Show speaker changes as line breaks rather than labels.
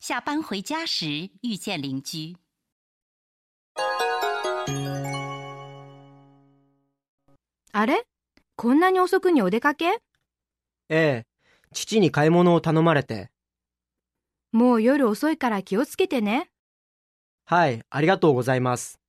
下班回家时遇见邻居。
あれこんなに遅くにお出かけ
ええ、父に買い物を頼まれて。
もう夜遅いから気をつけてね。
はい、ありがとうございます。